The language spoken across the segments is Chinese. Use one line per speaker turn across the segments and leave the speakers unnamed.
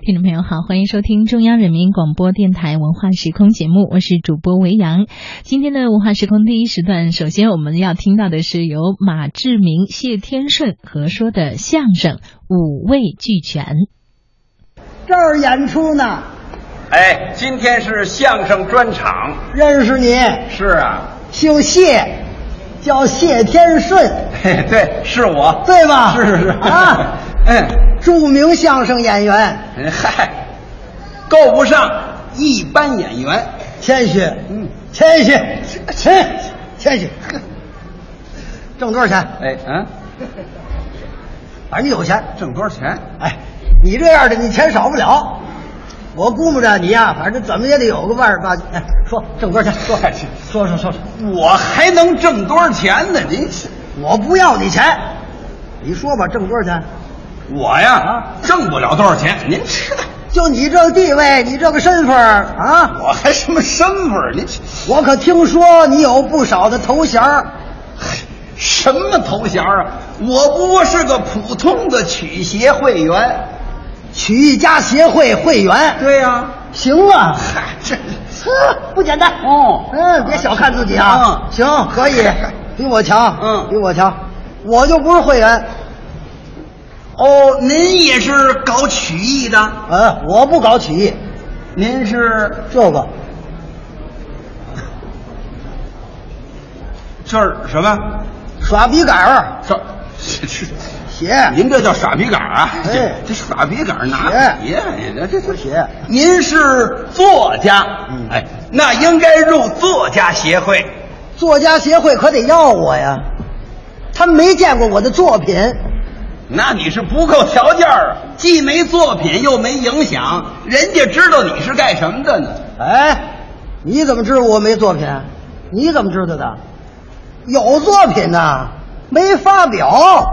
听众朋友好，欢迎收听中央人民广播电台文化时空节目，我是主播维扬。今天的文化时空第一时段，首先我们要听到的是由马志明、谢天顺合说的相声《五味俱全》。
这儿演出呢，
哎，今天是相声专场。
认识你，
是啊，
姓谢，叫谢天顺，
嘿 对，是我。
对吧？
是是是
啊，
嗯，
著名相声演员，
嗯 嗨，够不上一般演员。
谦虚，
嗯，
谦虚，谦谦虚， 挣多少钱？
哎，嗯，
反正有钱。
挣多少钱？
哎，你这样的，你钱少不了。我估摸着你呀、反正怎么也得有个万儿八。哎，说挣多少钱？说说说说说，
我还能挣多少钱呢？您，
我不要你钱，你说吧，挣多少钱？
我呀，挣不了多少钱。啊您知道，
就你这个地位，你这个身份儿啊，
我还什么身份儿？您这
我可听说你有不少的头衔儿
什么头衔儿啊？我不过是个普通的曲协会员。
曲艺家协会会员。
对呀、
行啊，
嗨，这。
呵，不简单
哦
嗯，别小看自己啊。
嗯
行，可 以，比我强，
嗯
比我强，我就不是会员，
哦，您也是搞曲艺的？
嗯，我不搞曲艺，
您是
这个
这儿什么？
耍笔杆儿
这这这，
写，
您这叫耍笔杆儿啊？
哎
这这耍笔杆儿拿
鞋
笔呀，你这这这
鞋
您是作家，
嗯
哎，那应该入作家协会。
作家协会可得要我呀，他们没见过我的作品，
那你是不够条件儿啊，既没作品又没影响，人家知道你是干什么的呢？
哎，你怎么知道我没作品？你怎么知道的？有作品呐、没发表。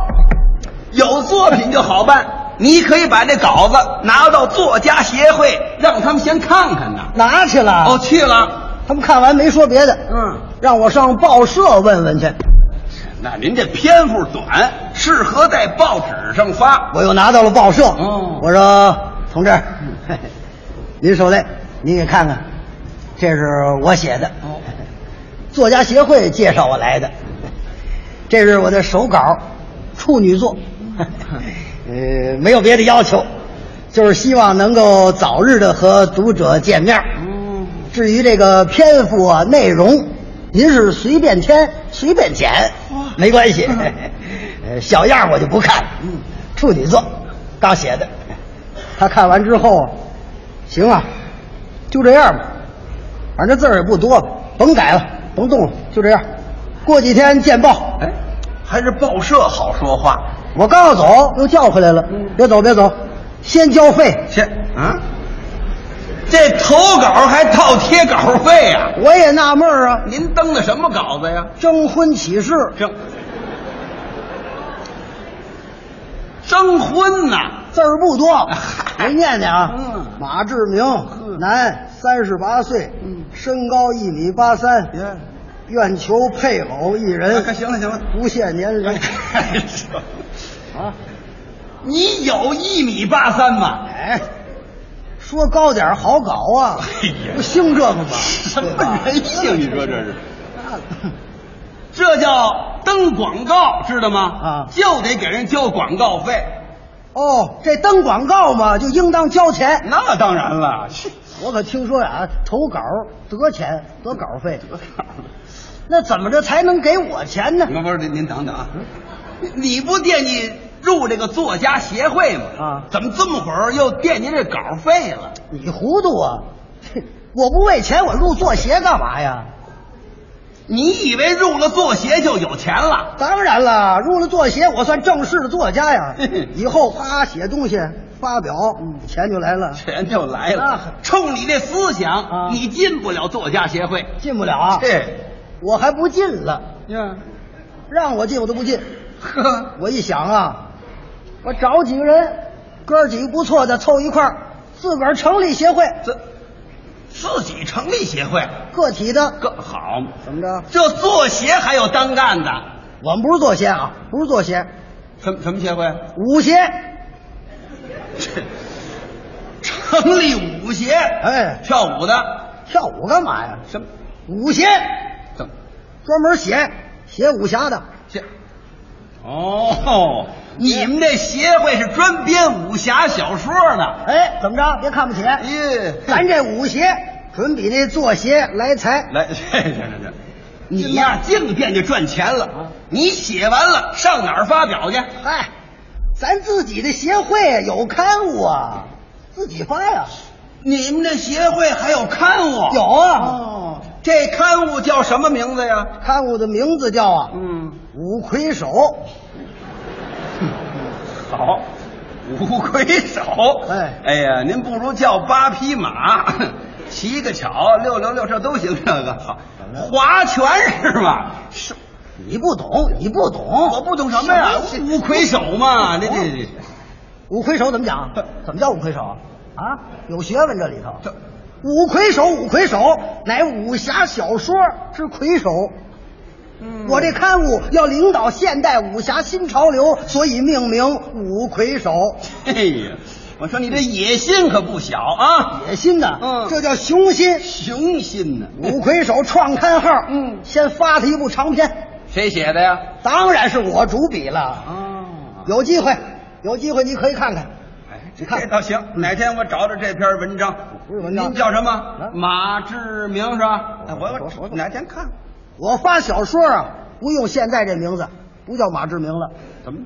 有作品就好办，你可以把这稿子拿到作家协会，让他们先看看呢。
拿去了。
哦，，去了。
他们看完没说别的，
嗯，
让我上报社问问去。
那您这篇幅短，适合在报纸上发。
我又拿到了报社。
哦嗯
我说同志，您受累，您给看看，这是我写的，
哦
作家协会介绍我来的，这是我的手稿，处女 作，呃，没有别的要求，就是希望能够早日的和读者见面。
嗯，
至于这个篇幅啊、内容，您是随便添、随便减
哇，
没关 系。呃，小样我就不看了。
嗯，
处女座刚写的，他看完之后，行啊，就这样吧，反正字儿也不多，甭改了，甭动了，就这样。过几天见报。
哎，还是报社好说话。
我刚要走，又叫回来了，
嗯
别走，别走，先交费。
先啊，这投稿还套贴稿费呀、
我也纳闷儿啊，
您登的什么稿子呀？
征婚启事
征征婚呐、，
字儿不多 您念念啊
嗯。
马志明，男，三十八岁，
嗯
身高一米八三，愿求配偶一人，
哎行了行 了
不限年龄。
哎
啊，
你有一米八三吗？
哎，说高点儿好搞啊
哎呀，
不兴这个吗？
什
对吧
么人性？你说这是？这叫登广告，知道吗？
啊
就得给人交广告费。
哦，这登广告嘛，就应当交钱。
那当然 了，
我可听说呀，投稿得钱，得稿费。那怎么着才能给我钱呢？
不是您您等等啊，你不惦记入这个作家协会吗？
啊
怎么这么会儿又惦记这稿费了？
你糊涂啊！我不为钱，我入作协干嘛呀？
你以为入了作协就有钱了？。
当然了，入了作协，我算正式的作家呀以后啪写东西发表，钱就来了，
钱就来了
啊，
冲你这思想，
啊
你进不了作家协会。
进不了啊！
对，
我还不进了，
呀，
让我进我都不进。
呵，
我一想啊，我找几个人，哥几个不错的凑一块儿，自个儿成立协会，
这自己成立协会
个体的
更好，
怎么着？
这作协还有单干的，
我们不是作协啊，不是作协，
什么什么协会？
武协。
亨利舞鞋，
哎
跳舞的，
跳舞干嘛呀？
什么？
舞鞋，
怎么？
专门写写武侠的。
这？哦，你们这协会是专编武侠小说的？
哎，怎么着？别看不起，
咦，
咱这舞鞋准比那做鞋来财。
来，这 这这这，你呀、净惦记赚钱
啊
了。你写完了上哪儿发表去？
嗨，哎咱自己的协会有刊物啊，自己发呀。
你们这协会还有刊物？
有啊
哦，这刊物叫什么名字呀？
刊物的名字叫啊《
嗯，
五魁首》。
好，五魁首。
哎
哎呀，您不如叫八匹马，七个巧，六六六，这都行。这个好，划拳是吗？是，
你不懂，你不懂，
我不懂哦什么哦呀，
什
五魁首嘛，这这这
五魁首怎么 讲
这？
怎么叫五魁首啊？啊，有学问这里头。
这
五魁首，五魁首乃武侠小说之魁首。
嗯
我这刊物要领导现代武侠新潮流，所以命名“五魁首
哎呀，我说你这野心可不小”。啊，
野心呐，
嗯
这叫雄心。
雄心呢、
五魁首创刊号，
嗯
先发他一部长篇，
谁写的呀？
当然是我主笔了。
哦，
有机会，有机会你可以看看。
哎，
你
这
看
倒行。哪天我找找这篇文章，
不是文章
您叫什
啊
么？马志明是吧？哎，我
我我
我哪天看？
我发小说啊，不用现在这名字，不叫马志明了。
怎么？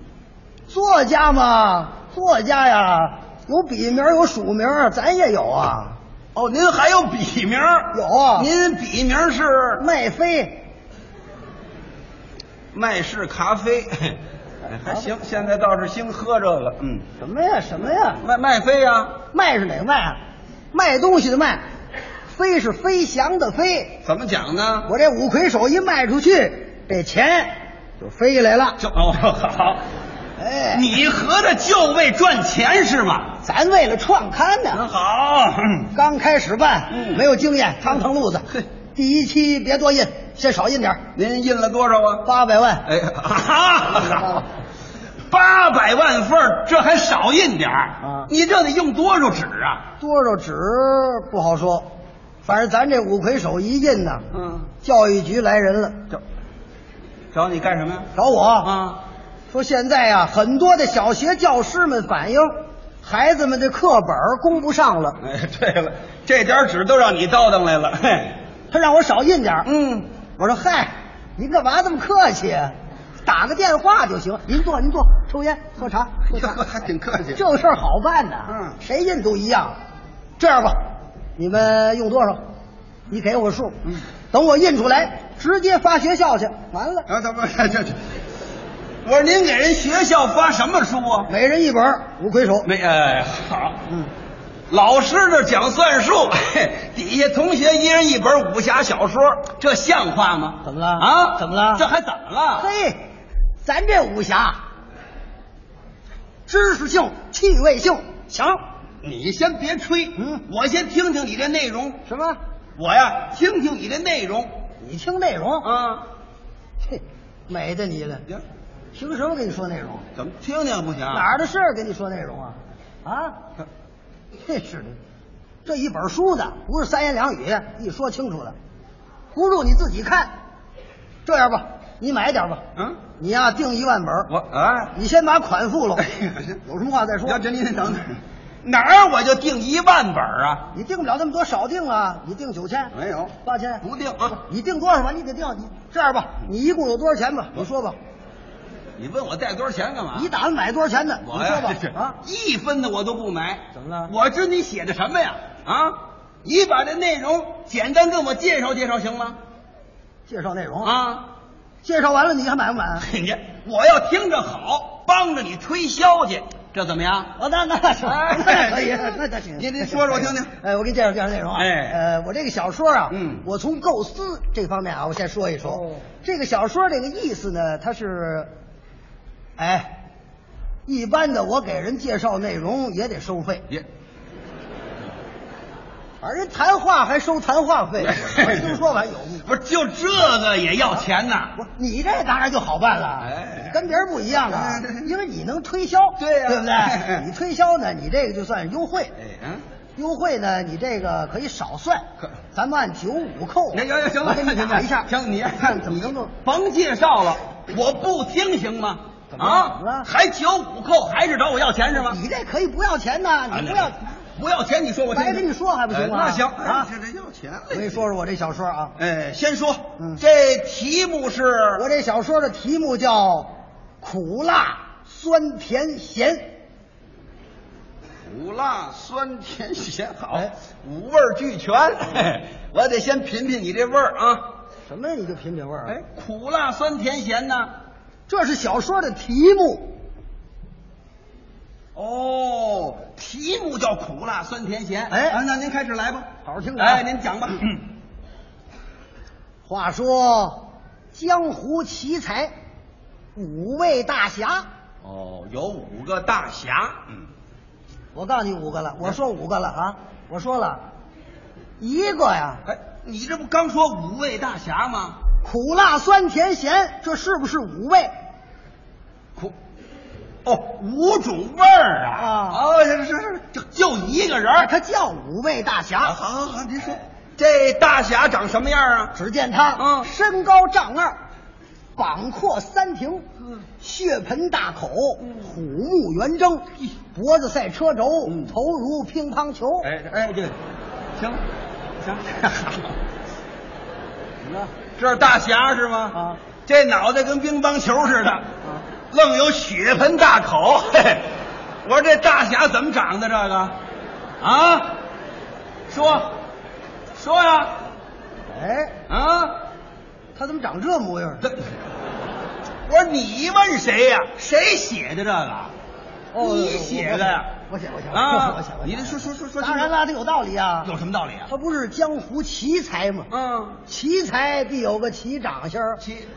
作家嘛，作家呀，有笔名有署名，咱也有啊，
哦，您还有笔名？
有啊
您笔名是
麦飞。
麦氏咖啡。哎还行，现在倒是兴喝这个。嗯，
什么呀？什么呀？
麦麦飞呀？
卖是哪个卖啊？卖东西的卖，飞是飞翔的飞。
怎么讲呢？
我这五魁首一卖出去，这钱就飞来了。
就哦好，
哎，
你合着就为赚钱是吗？
咱为了创刊呢，
好，
刚开始办，
嗯
没有经验，趟腾路子
嘿。
第一期别多印，先少印点儿，
您印了多少啊？
八百万。
哎，哈，八百万份儿，这还少印点儿
啊
你这得用多少纸啊？
多少纸不好说，反正咱这五魁首一印呐，
嗯，
教育局来人了，
找找你干什么呀？
找我
啊，
说现在呀、很多的小学教师们反映，孩子们的课本儿供不上了，
哎，对了，这点儿纸都让你倒腾来了。嘿，
他让我少印点儿。
嗯，
我说嗨，您干嘛这么客气啊？打个电话就行。您坐，您坐，抽烟喝茶，喝茶。
还挺客气。
这事儿好办呐，
嗯
谁印都一样。这样吧，你们用多少？你给我数，
嗯，
等我印出来，直接发学校去。完了，
啊，怎么这这？我说您给人学校发什么书啊？
每人一本儿《五魁首》。
没哎，好，
嗯，
老师这讲算术，嘿底下同学一人一本武侠小说，这像话吗？
怎么了
啊？
怎么了
这还怎么了？
嘿，咱这武侠，知识性、趣味性强。
你先别吹，
嗯
我先听听你这内容。
什么？
我呀，听听你这内容
你听内容？
啊。
嘿，美的你了！
行，
凭什么跟你说内容？
怎么听听不行？
哪儿的事儿跟你说内容啊？啊？这是的，这一本书的，不是三言两语一说清楚的，不如你自己看。这样吧，你买点吧，
嗯，
你呀、订一万本儿，
我啊，
你先把款付了
哎呀，
有什么话再说。
要这您等等，哪儿我就订一万本儿啊？
你订不了那么多，少订啊！你订九千，
没有
八千，
不订啊！
你订多少吧？你得订。你这样吧，你一共有多少钱吧？你说吧，
你问我带多少钱干嘛？
你打算买多少钱的？你
我呀，这
说
是
吧，啊，
一分的我都不买。
怎么了
我知你写的什么呀？啊，你把这内容简单跟我介绍介绍行吗？
介绍内容，
啊，
介绍完了你还买不啊买？
你我要听着好，帮着你推销去，这怎么样？
哦，那那行，
哎
那可以，那那行。
您您说说我听听
哎，我给你介绍介绍内容啊。
哎
呃，我这个小说啊，
嗯
我从构思这方面啊，我先说一说。
哦
这个小说这个意思呢，它是，哎，一般的我给人介绍内容也得收费，
也
而人谈话还收谈话费，
哎
我听说完有。
不是就这个也要钱呐？
不是，你这当然就好办了，
哎
跟别人不一样啊
哎对，
因为你能推销，
对呀
对不
哎哎
对？你推销呢，你这个就算优惠。
哎嗯，
优惠呢，你这个可以少算
可，
咱们按九五扣。
那行行行
我
了，
给你打一下，
行，你
看怎么能够
甭介绍了，我不听行吗？
怎么
啊
怎么了，
还九五扣，还是找我要钱是吗？
你这可以不要钱呐，
啊
你不要。
不要钱，你说我听
白跟你说还不行吗
哎那行
啊
这这要钱了
我跟你说说我这小说啊，
哎，先说
嗯
这题目是
我这小说的题目叫《苦辣酸甜咸》。
苦辣酸甜咸好
哎，
五味儿俱全。嘿我得先品品你这味儿啊！
什么呀？你就品品味儿啊。
哎，苦辣酸甜咸呢？
这是小说的题目。
哦，题目叫苦辣酸甜咸。
哎
啊那您开始来吧，
好好听着啊
哎，您讲吧。
话说江湖奇才，五位大侠。
哦，有五个大侠。嗯，
我告诉你五个了，我说五个了啊，我说了，一个呀，
哎，你这不刚说五位大侠吗？
苦辣酸甜咸，这是不是五味？
哎苦，哦，五种味儿啊！哎
啊
哦，是是是，就就一个人儿。
他叫五味大
啊，
侠。
好好好，您说这大侠长什么样啊？
只见他
嗯
身高丈二，膀阔三庭
嗯，
血盆大口，
嗯
虎目圆睁，脖子赛车轴，
嗯
头如乒乓球。
哎哎，对，行 行，
怎么着？
这是大侠是吗？
啊，
这脑袋跟乒乓球似的，
啊
愣有血盆大口。嘿嘿，我说这大侠怎么长的这个？啊，说说呀，
哎，
啊，
他怎么长这模样儿？
这我说你问谁呀、谁写的这个？啊你写哦的呀？
我写我写
啊
我写我写
你这说说说说，
当然了，他有道理啊，
有什么道理啊？
他不是江湖奇才吗？
嗯，
奇才必有个奇长相儿，
奇，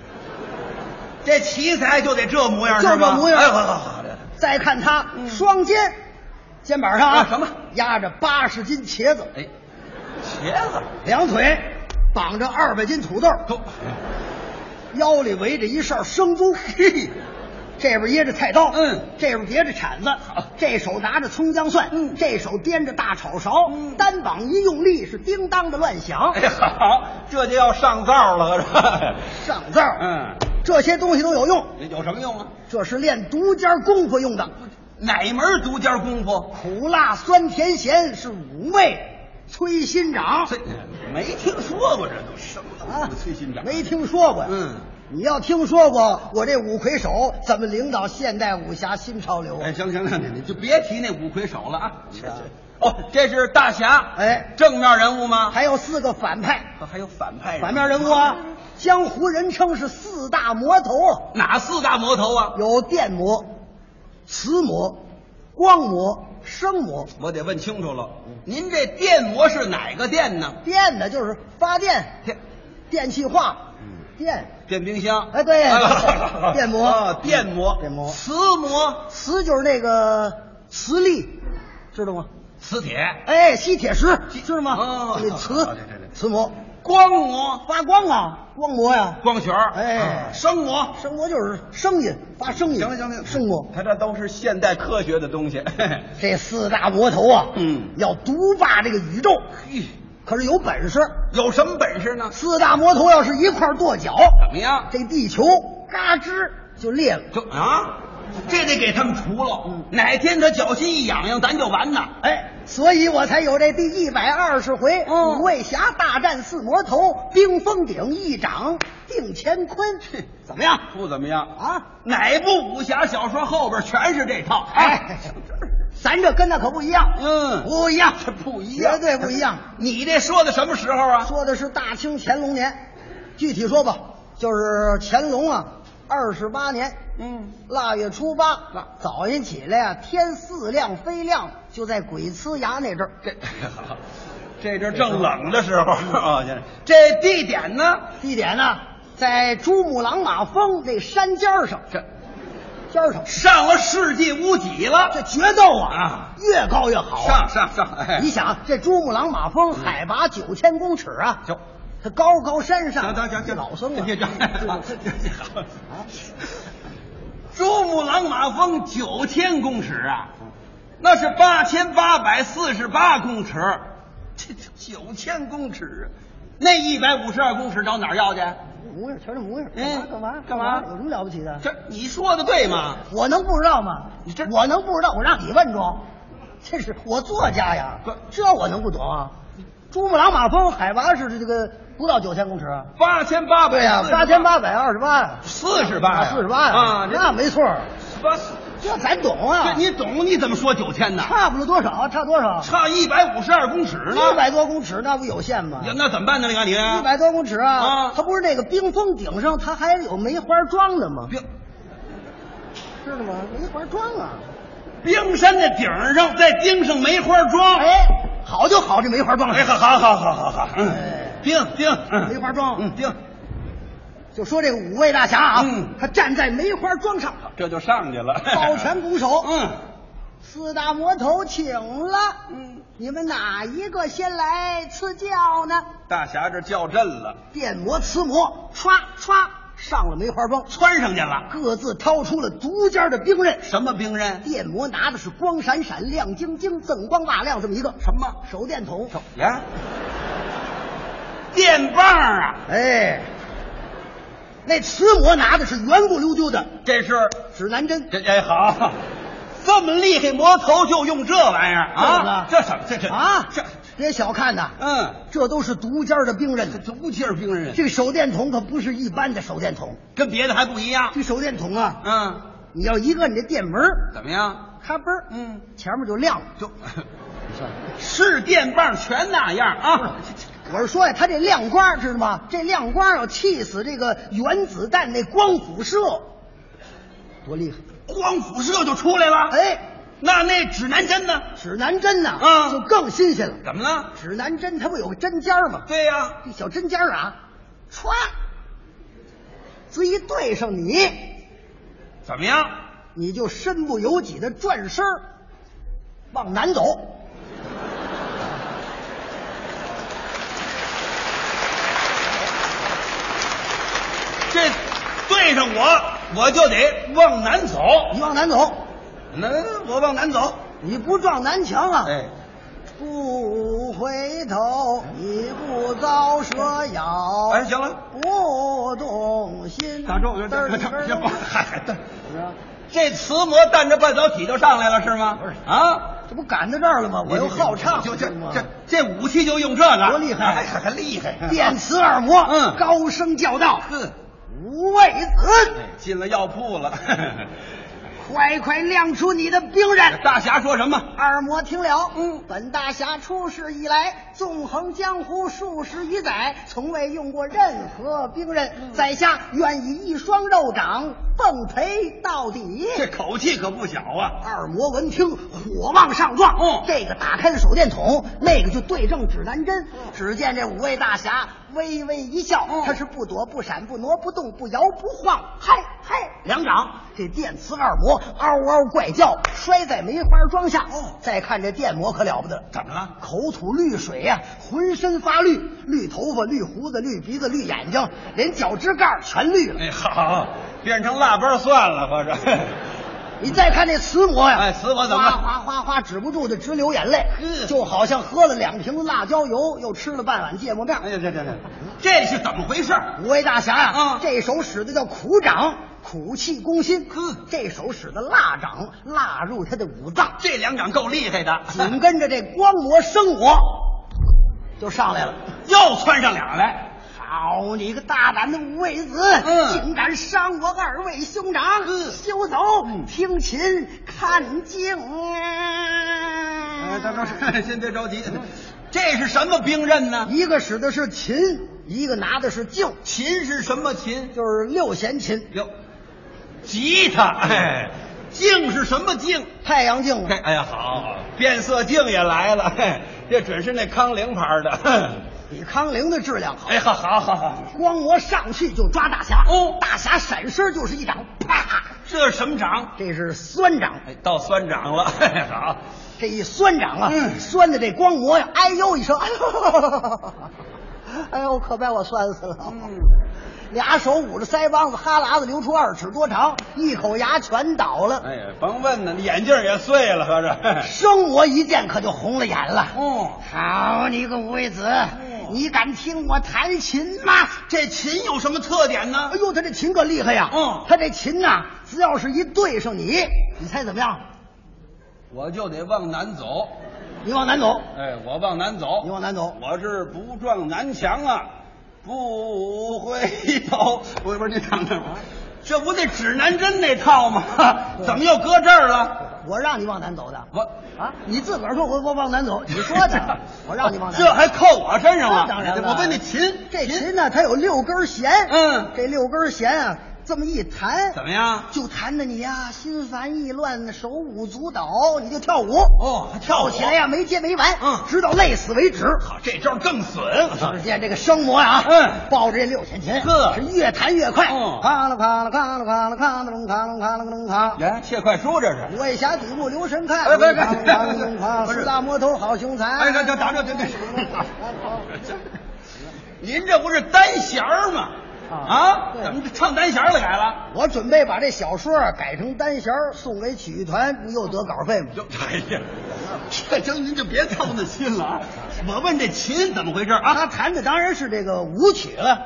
这奇才就得这模样，
就是这
吧
模样。
哎，好好好，
再看他、
嗯
双肩，肩膀上
啊什么
压着八十斤茄子，
哎，茄子
两腿绑着二百斤土豆，
都，
腰里围着一扇生猪，嘿，这边掖着菜刀，
嗯
这边别着铲子，这手拿着葱姜蒜，
嗯
这手掂着大炒勺，
嗯
单膀一用力是叮当的乱响，
哎好，这就要上灶了，是吧？
上灶，，
嗯，
这些东西都有用，
有什么用啊？
这是练独家功夫用的，
嗯哪门独家功夫？
苦辣酸甜咸是五味催心掌
这没听说过，这都什么
啊
都，崔心长？
没听说过呀，
嗯。
你要听说过我这五魁首怎么领导现代武侠新潮流啊？
哎，行行了，你你就别提那五魁首了啊！
是啊
哦，这是大侠，
哎
正面人物吗？
还有四个反派，
还还有反派
反面人物啊，江湖人称是四大魔头，
哪四大魔头啊？
有电魔、磁魔、光魔、声魔。
我得问清楚了，
嗯
您这电魔是哪个电呢？
电呢就是发电、
电
电气化、
嗯
电。
电冰箱？
哎对
啊
电魔
啊电魔，
电魔
磁魔，
磁就是那个磁力，知道吗？
磁铁，
哎，吸铁石，知道吗
哦？
那磁
对对对
磁魔
光魔，
发光啊，光魔呀。
光圈儿，
哎
啊声魔。
声魔就是声音，发声音。
行了行了，
声魔。
他这都是现代科学的东西。 嘿嘿
这四大魔头啊，
嗯
要独霸这个宇宙，
嘿，
可是有本事。
有什么本事呢？
四大魔头要是一块儿跺脚，
怎么样？
这地球嘎吱就裂了。
这啊，这得给他们除了。哪天他脚心一痒痒，咱就完呐。
嗯哎，所以我才有这第一百二十回、
嗯
五位侠大战四魔头，冰封顶一掌定乾坤，怎么样？
不怎么样，
啊？
哪部武侠小说后边全是这套？
哎，咱这跟那可不一样，
嗯
不一样，
这不一
绝
样，
对不一样。
你这说的什么时候啊？
说的是大清乾隆年，具体说吧，就是乾隆啊，二十八年，
嗯，
腊月初八
腊，
早晨起来啊，天四亮非亮，就在鬼呲牙那阵儿。
这 这阵正冷的时 候啊，现在这地点呢？
地点呢、在珠穆朗玛峰那山尖儿上，
这
尖儿上
上了世纪屋脊了，
这决斗啊
啊，
越高越好啊。
上上上，哎，
你想，这珠穆朗玛峰海拔九千公尺啊，
就
它高高山上，
行行行，
这老僧啊，
这这
啊
珠穆朗玛峰九千公尺啊，那是八千八百四十八公尺， 这这九千公尺啊，那一百五十二公尺找哪儿要去？
模样，瞧这模样，
嗯
干嘛
干
干
嘛
嘛？有什么了不起的？
这你说的对吗？
我能不知道吗？
你这
我能不知道？我让你问住，这是我作家呀
不，
这我能不懂啊？珠穆朗玛峰海拔是这个不到九千公尺啊，
八千八百
对呀、
48
八千八百二十八，
四十八呀
四十八
啊这
那没错儿，
八，
这咱懂啊
这。你懂？你怎么说 九千呢？
差不了多少？差多少？
差一百五十二公尺呢？
一百多公尺，那不有限吗？
呀那怎么办呢？你看你
一百多公尺啊，
啊
它不是那个冰封顶上，它还有梅花桩的吗？
冰
知道吗？梅花桩啊，
冰山的顶上再钉上梅花桩，
哎，好就好这梅花桩上，
哎，好好好好好好，嗯
哎，
钉钉嗯
梅花桩
嗯，钉，
就说这个五位大侠啊，
嗯
他站在梅花桩上，
这就上 去了，
抱拳拱手，
嗯，
四大魔头请了，
嗯，
你们哪一个先来赐教呢？
大侠这叫阵了，
电魔、雌魔，唰唰上了梅花桩，
窜上去了，
各自掏出了独尖的兵刃。
什么兵刃？
电魔拿的是光闪闪、亮晶晶、锃光瓦亮这么一个
什么
手电筒，
呀？电棒啊，
哎，那雌魔拿的是圆不溜丢的
这是
指南针，
这哎 好，这么厉害魔头就用这玩意儿啊？
这
这什么？这这
啊，
这
别小看呐，
嗯，
这都是独尖的兵刃。
这无劲儿兵刃，
这个手电筒可不是一般的手电筒，
跟别的还不一样。
这手电筒啊，
嗯，
你要一摁这电门儿，
怎么样？
咔嘣儿，
嗯，
前面就亮了。
就是电棒全那样啊。
我是说呀，它这亮光儿知道吗？这亮光儿要气死这个原子弹那光辐射，多厉害！
光辐射就出来了。，
哎，
那那指南针呢？
指南针呐，
啊
就更新鲜了。
怎么了？
指南针它不有个针尖儿吗？
对呀、
这小针尖儿啊，歘，这一对上你，
怎么样？
你就身不由己的转身儿往南走。
这对上我，我就得往南走。
你往南走，
嗯那我往南走。
你不撞南墙啊？
哎，
不回头，你不遭蛇咬。
哎，，行了，
不动心。
打住！这
嘚儿
这
嘚儿嘚
这这
儿
嗨，这
是啊
这磁膜带着半导体就上来了是吗？
不是
啊，
这不赶到这儿了吗？我又好唱，
就这
是吗
这这武器就用这个，
多厉害
哎还厉害！
电磁二魔，
嗯
高声叫道
嗯，：“
五位子，
进了药铺了。
快快亮出你的兵刃！”
大侠说什么？
二魔听了，
嗯
本大侠出世以来，纵横江湖数十余载，从未用过任何兵刃，
嗯
在下愿以一双肉掌奉陪到底。
这口气可不小啊！
二魔闻听，火往上撞。
嗯
这个打开了手电筒，那个就对正指南针。只见这五位大侠微微一笑，他是不躲不闪，不挪不动，不摇不晃，嗨嗨两掌。这电磁二魔嗷嗷怪叫，摔在梅花桩下。再看这电魔可了不得了，
怎么了？
口吐绿水呀、浑身发绿，绿头发、绿胡子、绿鼻子、绿眼睛，连脚趾盖儿全绿了。
哎，好，变成腊八蒜了，合着。
你再看这慈母呀，
哎慈母怎么
哗
了
哗哗哗止不住的直流眼泪
嗯，
就好像喝了两瓶辣椒油，又吃了半碗芥末面。
哎呀，这这这，这是怎么回事？
五位大侠呀、
嗯
这手使的叫苦掌，苦气攻心；
嗯
这手使的辣掌，辣入他的五脏。
这两掌够厉害的，
紧跟着这光魔生魔就上来了。
又窜上俩来。
好你个大胆的五位子，
嗯
竟敢伤我二位兄长！
嗯
休走，听琴看镜啊！
哎，大壮， 先别着急，这是什么兵刃呢？
一个使的是琴，一个拿的是镜，
琴是什么琴？
就是六弦琴，
哟，吉他。哎，镜是什么镜？
太阳镜
嘿
啊。
哎呀，好，变色镜也来了。嘿，这准是那康宁牌的。 哼
比康宁的质量好。
哎，好好好好，
光魔上去就抓大侠，
哦
大侠闪身就是一掌，啪！
这是什么掌？
这是酸掌，
哎，到酸掌了。嘿好，
这一酸掌啊，
嗯
酸的这光魔 呀，哎呦一声，哎呦，哎呦，可把我酸死了。
嗯，
俩手捂着腮帮子，哈喇子流出二尺多长，一口牙全倒了。
哎呀，甭问了，你眼镜也碎了，合着。
生我一见可就红了眼了。
哦，
好你个五味子，你敢听我弹琴吗？
这琴有什么特点呢
哎？呦，他这琴可厉害呀！
嗯
他这琴呐、只要是一对上你，你猜怎么样？
我就得往南走。
你往南走，
哎，我往南走，
你往南走，
我是不撞南墙啊，不回头。不是不是，你等等，这不那指南针那套吗？ 怎么又搁这儿了？
我让你往南走的。
我，
啊，你自个儿说我我往南走，你说的我让你往南走。
这还扣我身上了？
那当然了
我问那琴，
这琴呢，它有六根弦，
嗯
这六根弦啊，这么一弹，
怎么样？
就弹的你呀、心烦意乱，手舞足蹈，你就跳舞。
哦，还跳
跳
舞
起来呀、没结没完，
嗯
直到累死为止。哎
好，这招更损。
只见这个生魔呀、
嗯
抱着这六弦琴，
呵
是越弹越快，啊
嗯
咔啦咔啦咔啦咔啦咔啦隆咔隆咔隆咔啦。
哎，切快书这是。
五位侠底部留神看，
哎别别
咔隆咔隆
别别
咔隆
不是
四大魔头好雄才。
哎，等等等等等 等，您这不是单弦儿吗？啊，
对
怎么唱单弦儿了改了？
我准备把这小说啊改成单弦儿送给曲艺团，你又得稿费吗？
就哎呀，这就您就别操那心了啊！我问这琴怎么回事啊？
他弹的当然是这个舞曲了，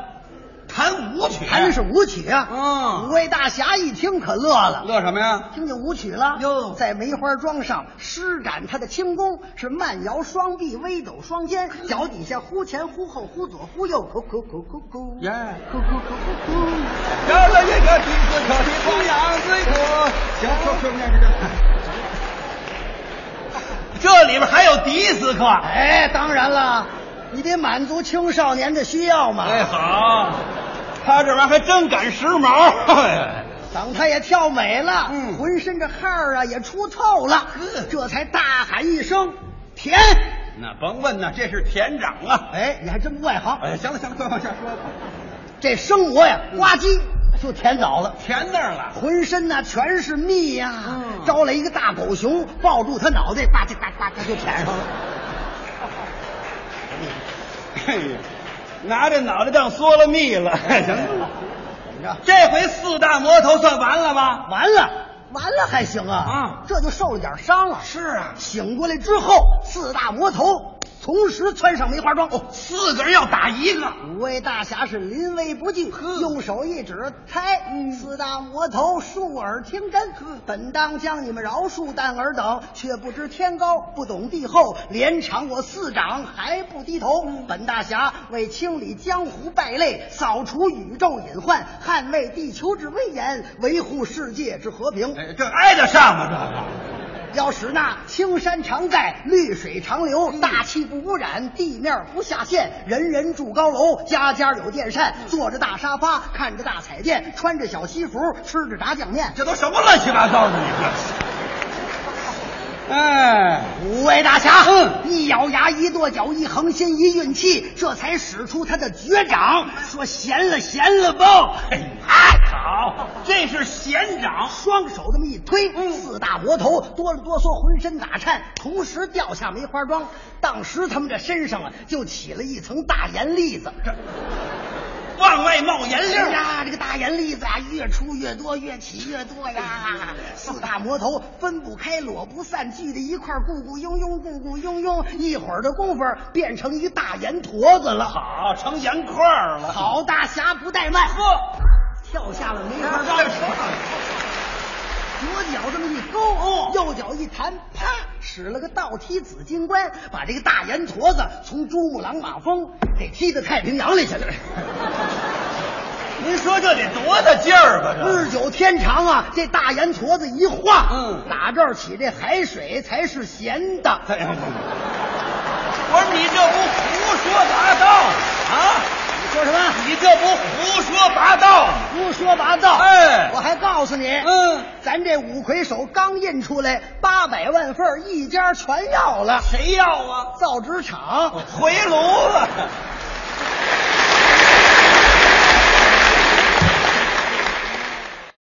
弹舞曲，
弹的是舞曲啊。
嗯
五位大侠一听可乐了，
乐什么呀？
听见舞曲了，
哟
在梅花桩上施展他的轻功，是慢摇双臂，微抖双肩，脚底下忽前忽后，忽左忽右，咕咕咕咕咕，
耶
咕咕咕咕咕。
摇了一个笛子，可的风扬最苦。行，说说这这这，这里边还有笛子课。
哎，当然了，你得满足青少年的需要嘛。
哎，好，他这玩意儿还真赶时髦。哎
等他也跳美了，
嗯
浑身这汗儿啊也出透了，这才大喊一声：“甜
那甭问呐，这是田长！”啊。
哎，你还真不外行。
哎，行了行了，快往下说吧。
这生蘑呀，呱唧就舔早了，
田那儿了，
浑身呐、全是蜜呀、
嗯
招来一个大狗熊，抱住他脑袋，呱唧呱呱呱就舔上了。
哎呀，拿这脑袋当嗦了蜜了。哎行了，
怎么着？
这回四大魔头算完了吧？
完了，完了还行啊？
啊
这就受了点伤了。
是啊，
醒过来之后，四大魔头同时窜上梅花桩。哦
四个人要打一个。
五位大侠是临危不惧，用手一指，开、四大魔头竖耳听真。本当将你们饶恕，但尔等却不知天高，不懂地厚，连偿我四掌还不低头。本大侠为清理江湖败类，扫除宇宙隐患，捍卫地球之威严，维护世界之和平。
哎，这挨得上吗？这个
要使那青山常在，绿水长流，大气不污染，地面不下陷，人人住高楼，家家有电扇，坐着大沙发，看着大彩电，穿着小西服，吃着炸酱面。
这都什么乱七八糟的？你这，哎，
五位大侠，
嗯
一咬牙，一跺脚，一横心，一运气，这才使出他的绝掌，说闲了，闲了吧。
哎
哎
好，嗯这是闲掌。
双手这么一推，四大魔头哆里哆嗦，浑身打颤，同时掉下梅花桩。当时他们这身上啊，就起了一层大盐粒子。
往外冒
哎
盐粒儿。
呀，这个大盐粒子啊，越出越多，越起越多 呀！四大魔头分不开，裸不散，聚在一块儿，咕咕拥拥，咕咕拥拥，一会儿的功夫变成一大盐坨子了。
好，啊成盐块儿了。，
好大侠不怠慢，哎
呵，
跳下了梅
这
花
这
桩。左脚这么一勾，
哦
右脚一弹，啪，使了个倒踢紫金关，把这个大盐坨子从珠穆朗玛峰给踢到太平洋里 去了。
您说这得多大劲儿吧？这
日久天长啊，这大盐坨子一化，
嗯
打这儿起这海水才是咸的。
哎呀我说你这不胡说八道啊！
你说什么？
你这不胡说八道吗？
胡说八道！
哎
我还告诉你，
嗯，
咱这五魁首刚印出来八百万份儿，一家全要了。
谁要啊？
造纸厂
回炉了。